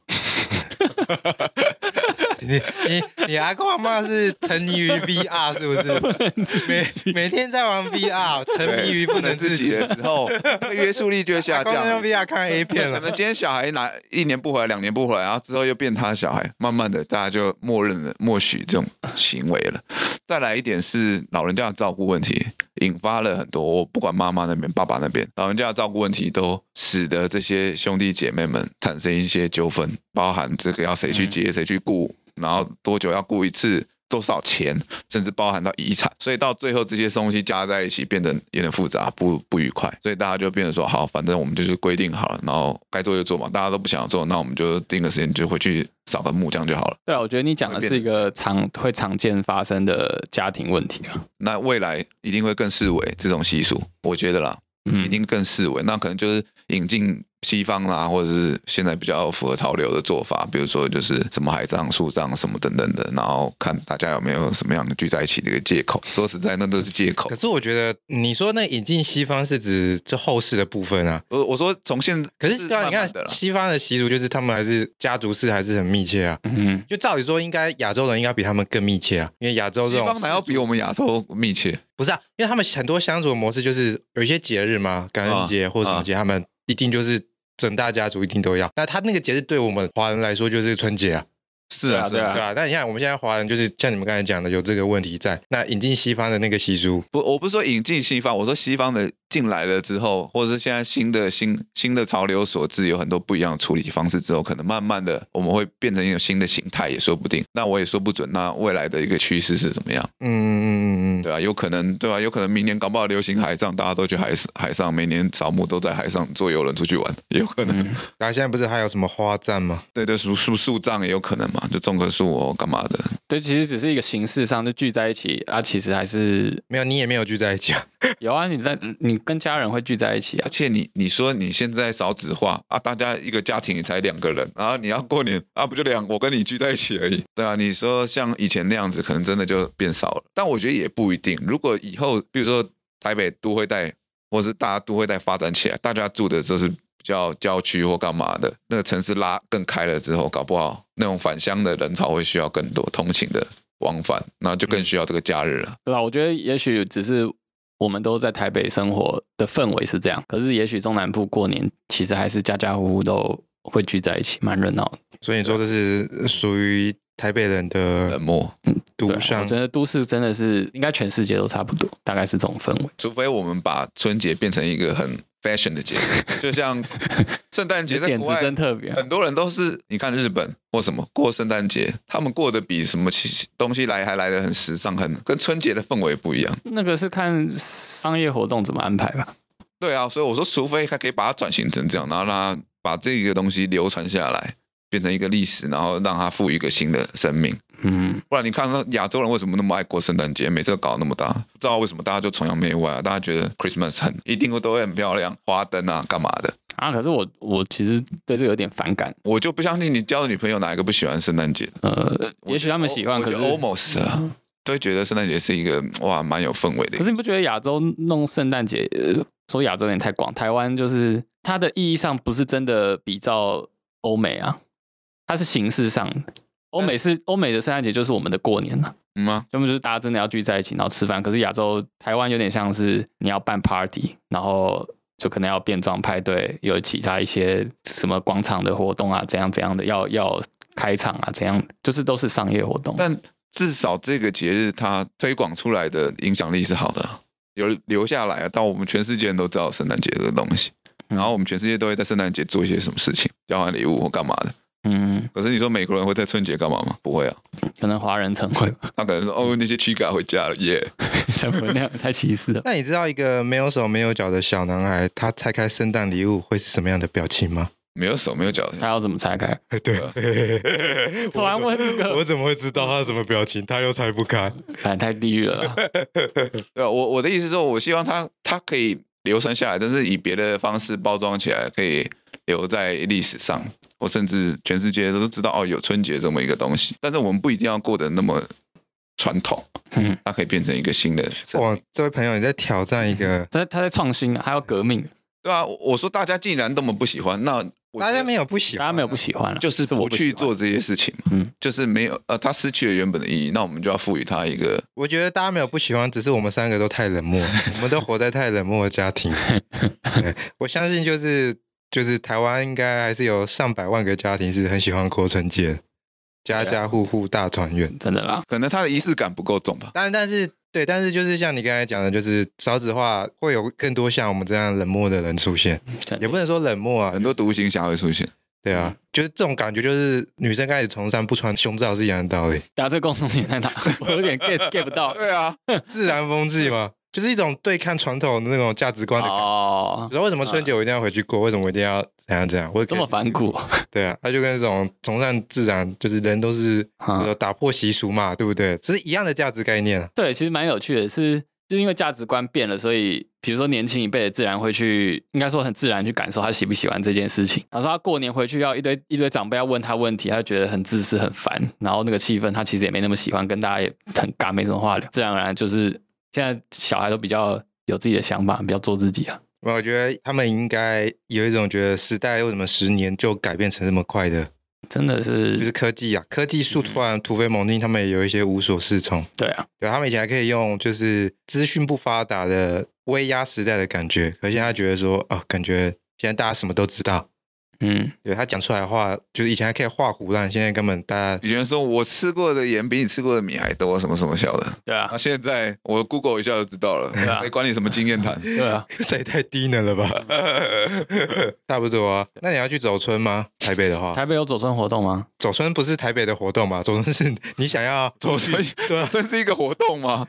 [SPEAKER 2] 你你你阿公阿妈是沉迷于 VR 是不 是？每每天在玩 VR，沉迷于不能自
[SPEAKER 4] 自己
[SPEAKER 2] 己。
[SPEAKER 4] 的时候，那个约束力就会下
[SPEAKER 2] 阿公
[SPEAKER 4] 降
[SPEAKER 2] 在
[SPEAKER 4] 了
[SPEAKER 2] 用。VR 看 A 片
[SPEAKER 4] 可
[SPEAKER 2] 了，
[SPEAKER 4] 能今天小孩拿一年不回来，两年不回来，然后之后又变他小孩，慢慢的大家就默认了默许这种行为了。再来一点是老人家的照顾问题，引发了很多，我不管妈妈那边、爸爸那边，老人家的照顾问题都使得这些兄弟姐妹们产生一些纠纷，包含这个要谁去接、谁去顾，然后多久要顾一次。多少钱，甚至包含到遗产，所以到最后这些东西加在一起，变得有点复杂，不不愉快，所以大家就变成说，好，反正我们就是规定好了，然后该做就做嘛，大家都不想做，那我们就定个时间就回去扫个墓这样就好了。
[SPEAKER 3] 对啊，我觉得你讲的是一个常会常见发生的家庭问题啊。
[SPEAKER 4] 那未来一定会更视为这种习俗，我觉得啦，
[SPEAKER 3] 嗯
[SPEAKER 4] 一，定更视为。那可能就是引进西方啦，或者是现在比较符合潮流的做法，比如说就是什么海葬、树葬什么等等的，然后看大家有没有什么样聚在一起的一个借口。说实在，那都是借口
[SPEAKER 2] 可。是我觉得你说那引进西方是指这后世的部分啊。
[SPEAKER 4] 我我说从现
[SPEAKER 2] 可是对啊，
[SPEAKER 4] 慢
[SPEAKER 2] 你
[SPEAKER 4] 慢的
[SPEAKER 2] 看
[SPEAKER 4] 啦
[SPEAKER 2] 西方的习俗就是他们还是家族式还是很密切啊。
[SPEAKER 3] 嗯，
[SPEAKER 2] 就照理说，应该亚洲人应该比他们更密切啊，因为亚洲这
[SPEAKER 4] 西
[SPEAKER 2] 种
[SPEAKER 4] 方哪有比我们亚洲密切？
[SPEAKER 2] 不是啊，因为他们很多相处的模式就是有一些节日嘛，感恩节
[SPEAKER 4] 啊
[SPEAKER 2] 或者什么节，他们一定就是整大家族一定都要。那他那个节日对我们华人来说就是春节啊，
[SPEAKER 4] 是
[SPEAKER 3] 啊对啊
[SPEAKER 2] 是吧？那你看我们现在华人就是像你们刚才讲的有这个问题在，那引进西方的那个习俗，
[SPEAKER 4] 不，我不是说引进西方，我说西方的进来了之后，或者是现在新的新新的潮流所致，有很多不一样的处理方式之后，可能慢慢的我们会变成一种新的形态，也说不定。那我也说不准，那未来的一个趋势是怎么样，
[SPEAKER 2] 嗯嗯嗯嗯，
[SPEAKER 4] 对吧、啊有可能，对吧、有可能明年搞不好流行海葬，大家都去海海上，每年扫墓都在海上坐游轮出去玩，也有可能。
[SPEAKER 3] 嗯
[SPEAKER 2] 然啊后现在不是还有什么花站吗？
[SPEAKER 4] 对对，树树树葬也有可能嘛，就种棵树哦，干嘛的？
[SPEAKER 3] 对，其实只是一个形式上就聚在一起啊，其实还是
[SPEAKER 2] 没有，你也没有聚在一起啊。
[SPEAKER 3] 有啊。你在你跟家人会聚在一起啊
[SPEAKER 4] 而，且你你说你现在少子化啊，大家一个家庭才两个人，然后你要过年啊，不就两我跟你聚在一起而已，对啊，你说像以前那样子，可能真的就变少了，但我觉得也不一定。如果以后比如说台北都会带，或是大家都会带发展起来，大家住的就是比较郊区或干嘛的，那个城市拉更开了之后，搞不好那种返乡的人潮会需要更多通勤的往返，那就更需要这个假日了。
[SPEAKER 3] 对吧？我觉得也许只是我们都在台北生活的氛围是这样，可是也许中南部过年其实还是家家户户都会聚在一起，蛮热闹的。
[SPEAKER 2] 所以你说这是属于台北人的
[SPEAKER 4] 冷漠。
[SPEAKER 3] 对
[SPEAKER 2] 独
[SPEAKER 3] 啊
[SPEAKER 2] 上
[SPEAKER 3] 我觉得都市真的是应该全世界都差不多，大概是这种氛围。
[SPEAKER 4] 除非我们把春节变成一个很 fashion 的节日， 就像圣诞节
[SPEAKER 3] 你的
[SPEAKER 4] 在
[SPEAKER 3] 点
[SPEAKER 4] 国
[SPEAKER 3] 子
[SPEAKER 4] 外，
[SPEAKER 3] 真特别啊、
[SPEAKER 4] 很多人都是你看日本或什么过圣诞节，他们过得比什么其东西来还来的很时尚，很跟春节的氛围不一样。
[SPEAKER 3] 那个是看商业活动怎么安排吧。
[SPEAKER 4] 对啊，所以我说，除非他可以把它转型成这样，然后让它把这个东西流传下来，变成一个历史，然后让它赋予一个新的生命。
[SPEAKER 3] 嗯，
[SPEAKER 4] 不然你看，那亚洲人为什么那么爱过圣诞节？每次都搞那么大，不知道为什么大家就崇洋媚外啊！大家觉得 Christmas 很一定会都会很漂亮，花灯啊，干嘛的？
[SPEAKER 3] 啊，可是我我其实对这个有点反感。
[SPEAKER 4] 我就不相信你交的女朋友哪一个不喜欢圣诞节的？
[SPEAKER 3] 呃，也许他们喜欢，
[SPEAKER 4] 我
[SPEAKER 3] 可
[SPEAKER 4] 觉
[SPEAKER 3] 是嗯
[SPEAKER 4] 得 almost 啊，都会觉得圣诞节是一个哇蛮有氛围的。
[SPEAKER 3] 可是你不觉得亚洲弄圣诞节，呃说亚洲有点太广，台湾就是它的意义上不是真的比照欧美啊，它是形式上的。欧美是欧美的圣诞节就是我们的过年了，
[SPEAKER 4] 嗯吗？
[SPEAKER 3] 要么就是大家真的要聚在一起，然后吃饭。可是亚洲台湾有点像是你要办 party，然后就可能要变装派对，有其他一些什么广场的活动啊，怎样怎样的，要要开场啊，怎样，就是都是商业活动。
[SPEAKER 4] 但至少这个节日它推广出来的影响力是好的，有留下来啊，到我们全世界人都知道圣诞节这个东西，
[SPEAKER 3] 嗯
[SPEAKER 4] 然后我们全世界都会在圣诞节做一些什么事情，交换礼物或干嘛的。
[SPEAKER 3] 嗯，
[SPEAKER 4] 可是你说美国人会在春节干嘛吗？不会啊，
[SPEAKER 3] 可能华人城会 吧，
[SPEAKER 4] 他可能说哦那些乞丐回家了耶
[SPEAKER 3] 才不会那样太歧视了。
[SPEAKER 2] 那你知道一个没有手没有脚的小男孩，他拆开圣诞礼物会是什么样的表情吗？
[SPEAKER 4] 没有手没有脚的，
[SPEAKER 3] 他要怎么拆开？
[SPEAKER 2] 对，
[SPEAKER 3] 突然问这个
[SPEAKER 2] 我怎么会知道他什么表情？他又拆不开。
[SPEAKER 3] 反正太地狱了啦。
[SPEAKER 4] 对啊，我我的意思是说，我希望它它可以流传下来，但是以别的方式包装起来，可以留在历史上，或甚至全世界都知道哦，有春节这么一个东西。但是我们不一定要过得那么传统，
[SPEAKER 3] 嗯，
[SPEAKER 4] 它可以变成一个新的生命。
[SPEAKER 2] 哇，这位朋友，你在挑战一个
[SPEAKER 3] 他他在创新啊，他要革命，
[SPEAKER 4] 对啊，我我说大家既然那么不喜欢，那我
[SPEAKER 2] 大
[SPEAKER 4] 觉
[SPEAKER 2] 家
[SPEAKER 4] 得
[SPEAKER 2] 没有不喜
[SPEAKER 3] 大
[SPEAKER 2] 欢啊，
[SPEAKER 3] 家没有不喜欢了，
[SPEAKER 4] 就是
[SPEAKER 3] 我
[SPEAKER 4] 不
[SPEAKER 3] 喜
[SPEAKER 4] 去
[SPEAKER 3] 欢
[SPEAKER 4] 做。这些事情嘛，
[SPEAKER 3] 嗯，
[SPEAKER 4] 就是没有呃，它失去了原本的意义，那我们就要赋予它一个
[SPEAKER 2] 我觉得大家没有不喜欢，只是我们三个都太冷漠，我们都活在太冷漠的家庭。对我相信，就是就是台湾应该还是有上百万个家庭是很喜欢过春节，家家户户大团圆。
[SPEAKER 3] 真的啦，
[SPEAKER 4] 可能它的仪式感不够重吧。
[SPEAKER 2] 但但是对，但是就是像你刚才讲的，就是少子化会有更多像我们这样冷漠的人出现，
[SPEAKER 3] 真的
[SPEAKER 2] 也不能说冷漠啊
[SPEAKER 4] 很，多独行侠会出现，
[SPEAKER 2] 对啊，就是这种感觉，就是女生开始崇尚不穿胸罩是一样的道理，
[SPEAKER 3] 大家这共同点在哪？ 我有点 get get 不到。
[SPEAKER 4] 对啊，
[SPEAKER 2] 自然风气嘛，就是一种对抗传统的那种价值观的感觉。
[SPEAKER 3] 哦
[SPEAKER 2] 你，说为什么春节我一定要回去过？为什么我一定要怎样怎样？我
[SPEAKER 3] 这么反骨，
[SPEAKER 2] 对啊，他就跟这种崇尚自然，就是人都是
[SPEAKER 3] 啊
[SPEAKER 2] 比如说打破习俗嘛，对不对？这是一样的价值概念啊。
[SPEAKER 3] 对，其实蛮有趣的是，就是因为价值观变了，所以比如说年轻一辈的自然会去，应该说很自然去感受他喜不喜欢这件事情。然后说他过年回去要一堆一堆长辈要问他问题，他就觉得很自私很烦，然后那个气氛他其实也没那么喜欢，跟大家也很尬，没什么话聊。自然而然就是现在小孩都比较有自己的想法，比较做自己啊。
[SPEAKER 2] 我觉得他们应该有一种觉得时代为什么十年就改变成这么快的，
[SPEAKER 3] 真的
[SPEAKER 2] 就是
[SPEAKER 3] 是，
[SPEAKER 2] 科技啊，科技树
[SPEAKER 3] 嗯
[SPEAKER 2] 突然突飞猛进，他们也有一些无所适从。
[SPEAKER 3] 对啊，
[SPEAKER 2] 对，他们以前还可以用就是资讯不发达的威压时代的感觉，可现在觉得说啊、感觉现在大家什么都知道。
[SPEAKER 3] 嗯，
[SPEAKER 2] 对他讲出来的话，就是以前还可以画胡乱，现在根本大家
[SPEAKER 4] 以前说我吃过的盐比你吃过的米还多，什么什么小的。
[SPEAKER 3] 对啊
[SPEAKER 4] 那、，现在我 Google 一下就知道了，
[SPEAKER 3] 啊
[SPEAKER 4] 谁管你什么经 验谈？
[SPEAKER 3] 对啊，
[SPEAKER 2] 这也太低能了吧？ 差不多啊。那你要去走村吗？台北的话，
[SPEAKER 3] 台北有走村活动吗？
[SPEAKER 2] 走村不是台北的活动嘛？走村是你想要
[SPEAKER 4] 走村
[SPEAKER 2] 对啊
[SPEAKER 4] 算是一个活动吗？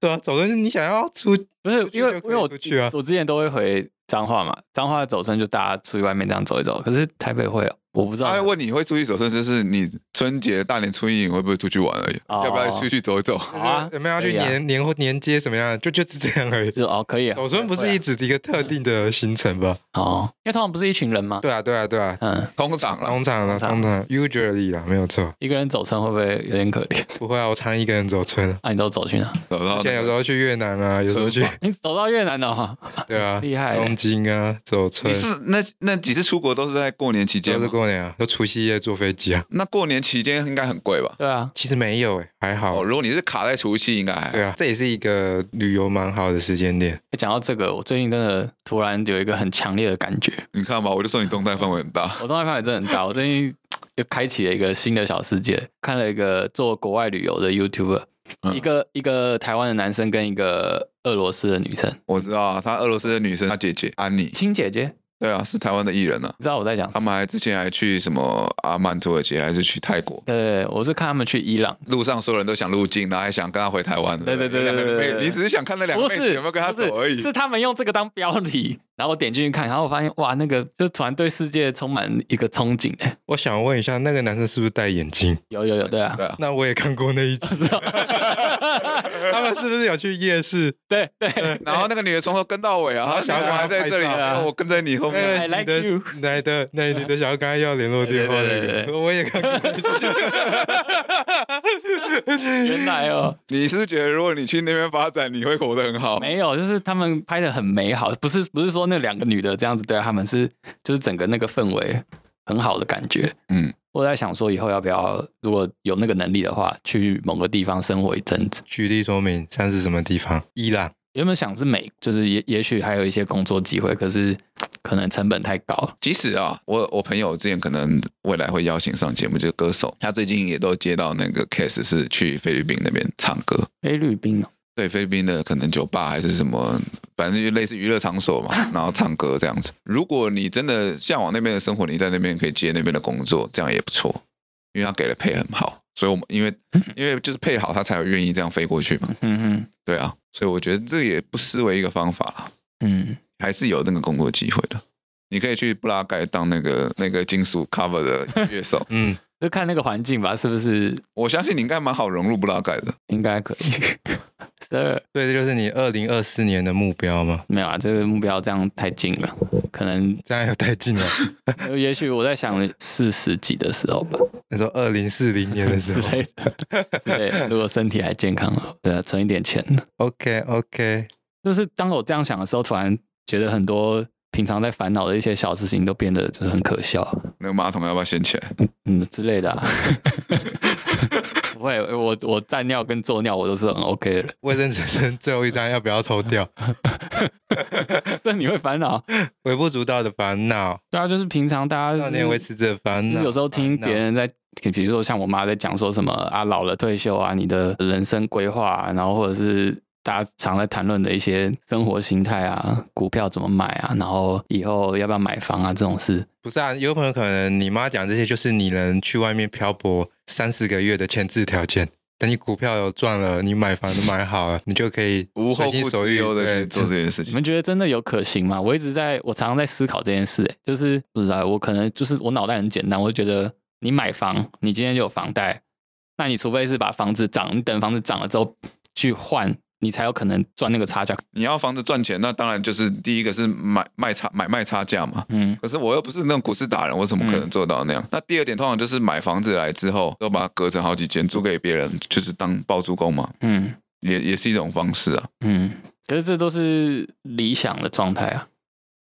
[SPEAKER 2] 对啊，走村是你想要出
[SPEAKER 3] 不是
[SPEAKER 2] 出，去
[SPEAKER 3] 因为
[SPEAKER 2] 就
[SPEAKER 3] 因
[SPEAKER 2] 可以
[SPEAKER 3] 为我
[SPEAKER 2] 出去啊
[SPEAKER 3] 我之前都会回彰化嘛，彰化的走村就大家出去外面这样走一走。可是台北会哦，我不知道
[SPEAKER 2] 啊
[SPEAKER 4] 他会问你会出去走村，就是你春节大年初一你会不会出去玩而已，
[SPEAKER 3] 哦
[SPEAKER 2] 啊
[SPEAKER 4] 要不要出去走一走？
[SPEAKER 3] 好啊，
[SPEAKER 2] 有没有要去
[SPEAKER 3] 可以啊
[SPEAKER 2] 年年或年接什么样的？就就是这样而已。
[SPEAKER 3] 就哦可以啊，
[SPEAKER 2] 走村不
[SPEAKER 3] 会
[SPEAKER 2] 是
[SPEAKER 3] 啊
[SPEAKER 2] 一只一个特定的行程吧？
[SPEAKER 3] 哦，因为通常不是一群人嘛，
[SPEAKER 2] 对啊，对啊，对啊。
[SPEAKER 3] 嗯，
[SPEAKER 4] 通常啦，
[SPEAKER 2] 通常啦，
[SPEAKER 3] 通常
[SPEAKER 2] 通常 usually 啦，没有错。
[SPEAKER 3] 一个人走村会不会有点可怜？
[SPEAKER 2] 不会啊，我常一个人走村。
[SPEAKER 3] 啊，你都走去哪？
[SPEAKER 4] 走到
[SPEAKER 2] 之
[SPEAKER 4] 那
[SPEAKER 2] 前有时
[SPEAKER 4] 个
[SPEAKER 2] 候去越南啊，有时候去
[SPEAKER 3] 你走到越南了哈，
[SPEAKER 2] 对啊，
[SPEAKER 3] 厉害
[SPEAKER 2] 东京啊，走
[SPEAKER 4] 你
[SPEAKER 2] 村
[SPEAKER 4] 是那那几次出国都是在过年期间
[SPEAKER 2] 都是
[SPEAKER 4] 吗？
[SPEAKER 2] 过年啊，都除夕夜坐飞机啊。
[SPEAKER 4] 那过年期间应该很贵吧？
[SPEAKER 3] 对啊，
[SPEAKER 2] 其实没有诶、欸还好
[SPEAKER 4] 哦，。如果你是卡在除夕，应该还好
[SPEAKER 2] 对啊，这也是一个旅游蛮好的时间点。
[SPEAKER 3] 哎讲到这个，我最近真的突然有一个很强烈的感觉，
[SPEAKER 4] 你看吧，我就说你动态范围很大。
[SPEAKER 3] 我动态范围真的很大，我最近又开启了一个新的小世界，看了一个做国外旅游的 YouTuber，、
[SPEAKER 4] 嗯
[SPEAKER 3] 一个一个台湾的男生跟一个俄罗斯的女生，
[SPEAKER 4] 我知道啊，她俄罗斯的女生，她姐姐安妮，
[SPEAKER 3] 亲姐姐，
[SPEAKER 4] 对啊，是台湾的艺人啊。
[SPEAKER 3] 你知道我在讲
[SPEAKER 4] 他？们还之前还去什么阿曼土耳其，还是去泰国，
[SPEAKER 3] 对，我是看他们去伊朗，
[SPEAKER 4] 路上所有人都想入境，然后还想跟他回台湾。
[SPEAKER 3] 对对对
[SPEAKER 4] 不
[SPEAKER 3] 对对对
[SPEAKER 4] 妹
[SPEAKER 3] 对
[SPEAKER 4] 你只是想看那两个
[SPEAKER 3] 不
[SPEAKER 4] 妹
[SPEAKER 3] 是
[SPEAKER 4] 子有没有跟他
[SPEAKER 3] 不是
[SPEAKER 4] 走而已。
[SPEAKER 3] 是他们用这个当标题，然后我点进去看，然后我发现哇，那个就突然对世界充满一个憧憬哎，
[SPEAKER 2] 我想问一下，那个男生是不是戴眼 镜？
[SPEAKER 3] 有有有，对啊，
[SPEAKER 4] 对啊，
[SPEAKER 2] 那我也看过那一 集，
[SPEAKER 3] 是
[SPEAKER 2] 他们是不是有去夜市？
[SPEAKER 3] 对对，
[SPEAKER 4] 然后那个女的从头跟到尾啊，
[SPEAKER 2] 然后
[SPEAKER 4] 她
[SPEAKER 2] 小孩
[SPEAKER 4] 小孩还在这里，
[SPEAKER 2] 拍照
[SPEAKER 3] 啊
[SPEAKER 4] 然后我跟在你后
[SPEAKER 2] 哎
[SPEAKER 4] 面。
[SPEAKER 3] I
[SPEAKER 2] 你
[SPEAKER 3] like
[SPEAKER 2] 的
[SPEAKER 3] you
[SPEAKER 2] 来的那你的小孩刚才要联络电话
[SPEAKER 3] 对对对
[SPEAKER 2] 那
[SPEAKER 3] 对
[SPEAKER 2] 个，我也看 过那一集。
[SPEAKER 3] 原来哦，
[SPEAKER 4] 你是不是觉得如果你去那边发展，你会活得很好？
[SPEAKER 3] 没有，就是他们拍的很美好，不是不是说那两个女的这样子对他们是，就是整个那个氛围很好的感觉，
[SPEAKER 4] 嗯，
[SPEAKER 3] 我在想说以后要不要，如果有那个能力的话，去某个地方生活一阵子。
[SPEAKER 2] 举例说明，像是什么地方？伊朗。，
[SPEAKER 3] 原本想是美，就是也也许还有一些工作机会，可是可能成本太高了。
[SPEAKER 4] 即使啊，我我朋友之前可能未来会邀请上节目，就是歌手，他最近也都接到那个 case 是去菲律宾那边唱歌，
[SPEAKER 3] 菲律宾哦，
[SPEAKER 4] 对菲律宾的可能酒吧还是什么，反正就类似娱乐场所嘛，然后唱歌这样子。如果你真的向往那边的生活，你在那边可以接那边的工作，这样也不错，因为他给的配很好，所以我们因为因为就是配好，他才有愿意这样飞过去嘛。
[SPEAKER 3] 嗯哼，
[SPEAKER 4] 对啊，所以我觉得这也不失为一个方法啦。
[SPEAKER 3] 嗯，
[SPEAKER 4] 还是有那个工作机会的。你可以去布拉盖当那个那个金属 cover 的乐手
[SPEAKER 2] 嗯，
[SPEAKER 3] 就看那个环境吧，是不是
[SPEAKER 4] 我相信你应该蛮好融入布拉盖的。
[SPEAKER 3] 应该可以？ 十二
[SPEAKER 2] 对，这就是你二零二四年的目标吗？
[SPEAKER 3] 没有啊，这个目标这样太近了，可能
[SPEAKER 2] 这样有带劲 了。
[SPEAKER 3] 也许我在想四十几的时候吧，
[SPEAKER 2] 你说二零四零年的时
[SPEAKER 3] 之
[SPEAKER 2] 候
[SPEAKER 3] 类的，之类的。如果身体还健康了，对啊，存一点钱。
[SPEAKER 2] ，OK OK，
[SPEAKER 3] 就是当我这样想的时候，突然觉得很多平常在烦恼的一些小事情都变得就是很可笑，
[SPEAKER 4] 那个马桶要不要掀起来？
[SPEAKER 3] 嗯之类的、啊。 不会，我我站尿跟坐尿我都是很 OK 的。
[SPEAKER 2] 卫生纸剩最后一张要不要抽掉？
[SPEAKER 3] 这你会烦恼？
[SPEAKER 2] 微不足道的烦恼，
[SPEAKER 3] 对啊，就是平常大家
[SPEAKER 2] 少
[SPEAKER 3] 就是
[SPEAKER 2] 年维持着烦
[SPEAKER 3] 就
[SPEAKER 2] 恼。
[SPEAKER 3] 是有时候听
[SPEAKER 2] 烦恼
[SPEAKER 3] 别，人在，比如说像我妈在讲说什么啊，老了退休啊，你的人生规划、啊，然后或者是大家常在谈论的一些生活形态啊，股票怎么买啊，然后以后要不要买房啊这种事，
[SPEAKER 2] 不是啊，有朋友可能你妈讲这些，就是你能去外面漂泊三四个月的前置条件。等你股票有赚了，你买房都买好了，你就可以
[SPEAKER 4] 无后
[SPEAKER 2] 随心
[SPEAKER 4] 顾
[SPEAKER 2] 所
[SPEAKER 4] 之
[SPEAKER 2] 欲
[SPEAKER 4] 忧的
[SPEAKER 2] 对
[SPEAKER 4] 去做这件事
[SPEAKER 3] 你
[SPEAKER 4] 情。
[SPEAKER 3] 们觉得真的有可行吗？我一直在我常常在思考这件事、欸就是不知道我可能就是我脑袋很简单，我就觉得你买房，你今天就有房贷，那你除非是把房子涨，你等房子涨了之后去换，你才有可能赚那个差价。
[SPEAKER 4] 你要房子赚钱，那当然就是第一个是买卖差买卖差价嘛。
[SPEAKER 3] 嗯，
[SPEAKER 4] 可是我又不是那种股市达人，我怎么可能做到那样？那第二点，通常就是买房子来之后，都把它隔成好几间租给别人，就是当包租公嘛，
[SPEAKER 3] 嗯
[SPEAKER 4] 也也是一种方式啊。
[SPEAKER 3] 嗯，可是这都是理想的状态啊。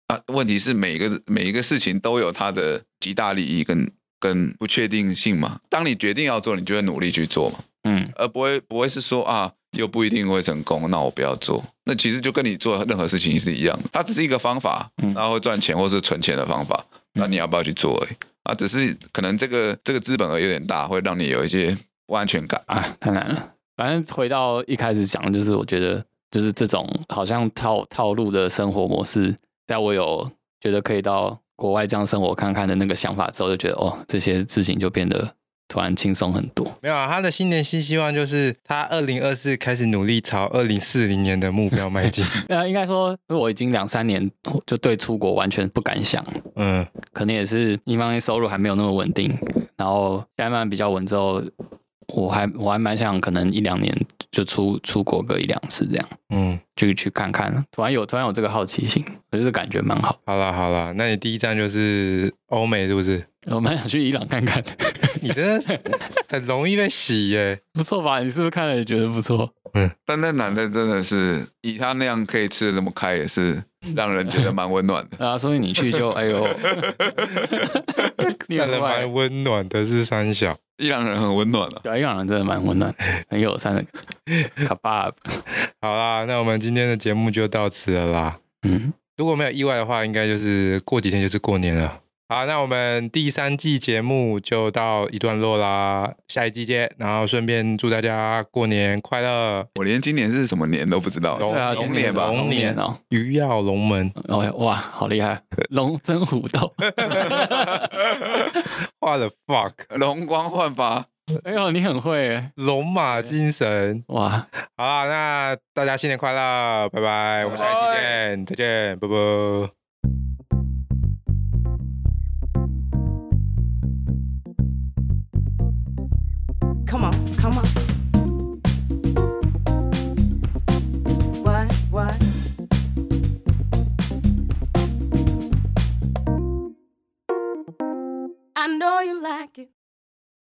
[SPEAKER 4] 啊，问题是每一个每一个事情都有它的极大利益跟跟不确定性嘛。当你决定要做，你就会努力去做嘛，
[SPEAKER 3] 嗯
[SPEAKER 4] 而不会不会是说啊，又不一定会成功，那我不要做。那其实就跟你做任何事情是一样的，它只是一个方法
[SPEAKER 3] 嗯，
[SPEAKER 4] 那会赚钱或是存钱的方法，那你要不要去做而已。啊，只是可能这个这个资本额有点大，会让你有一些不安全感。
[SPEAKER 3] 啊，太难了。反正回到一开始讲的，就是我觉得就是这种好像套套路的生活模式，在我有觉得可以到国外这样生活看看的那个想法之后，就觉得哦，这些事情就变得突然轻松很多。
[SPEAKER 2] 没有啊，他的新年新希望就是他二零二四开始努力朝二零四零年的目标迈 进。
[SPEAKER 3] 呃，应该说，因为我已经两三年就对出国完全不敢想，
[SPEAKER 2] 嗯，
[SPEAKER 3] 可能也是一方面收入还没有那么稳定，然后现在慢慢比较稳之后，我还我还蛮想可能一两年就出出国个一两次这样，
[SPEAKER 2] 嗯，
[SPEAKER 3] 就去看看。突然有突然有这个好奇心，我就是感觉蛮好，
[SPEAKER 2] 好啦好啦，那你第一站就是欧美是不是？
[SPEAKER 3] 我蛮想去伊朗看看，
[SPEAKER 2] 你真的 是很容易被洗耶。
[SPEAKER 3] 不错吧？你是不是看了也觉得不错？
[SPEAKER 4] 但那男的真的是以他那样可以吃的那么开，也是让人觉得蛮温暖的。
[SPEAKER 3] 啊，所以你去就 哎呦，你
[SPEAKER 2] 看
[SPEAKER 3] 很
[SPEAKER 2] 得
[SPEAKER 3] 坏
[SPEAKER 2] 蛮。温暖的是三小，
[SPEAKER 4] 伊朗人很温暖啊。
[SPEAKER 3] 对啊，伊朗人真的蛮温暖，很友善的。卡巴，
[SPEAKER 2] 好啦，那我们今天的节目就到此了啦。
[SPEAKER 3] 嗯，
[SPEAKER 2] 如果没有意外的话，应该就是过几天就是过年了。好，那我们第三季节目就到一段落啦，下一季见。然后顺便祝大家过年快乐，
[SPEAKER 4] 我连今年是什么年都不知道。
[SPEAKER 2] 龙
[SPEAKER 3] 对啊，今
[SPEAKER 2] 龙
[SPEAKER 3] 年
[SPEAKER 2] 年吧，
[SPEAKER 3] 龙年哦，
[SPEAKER 2] 鱼跃龙门，
[SPEAKER 3] 哦呀哇，好厉 害，龙争虎斗。
[SPEAKER 2] what the fuck，
[SPEAKER 4] 容光焕发，
[SPEAKER 3] 哎呦，你很会耶
[SPEAKER 2] 龙马精神。
[SPEAKER 3] 哇！
[SPEAKER 2] 好啦，那大家新年快乐，拜拜，我们下一期见，再见，拜拜。
[SPEAKER 1] Come on, come on. What, what? I know you like it.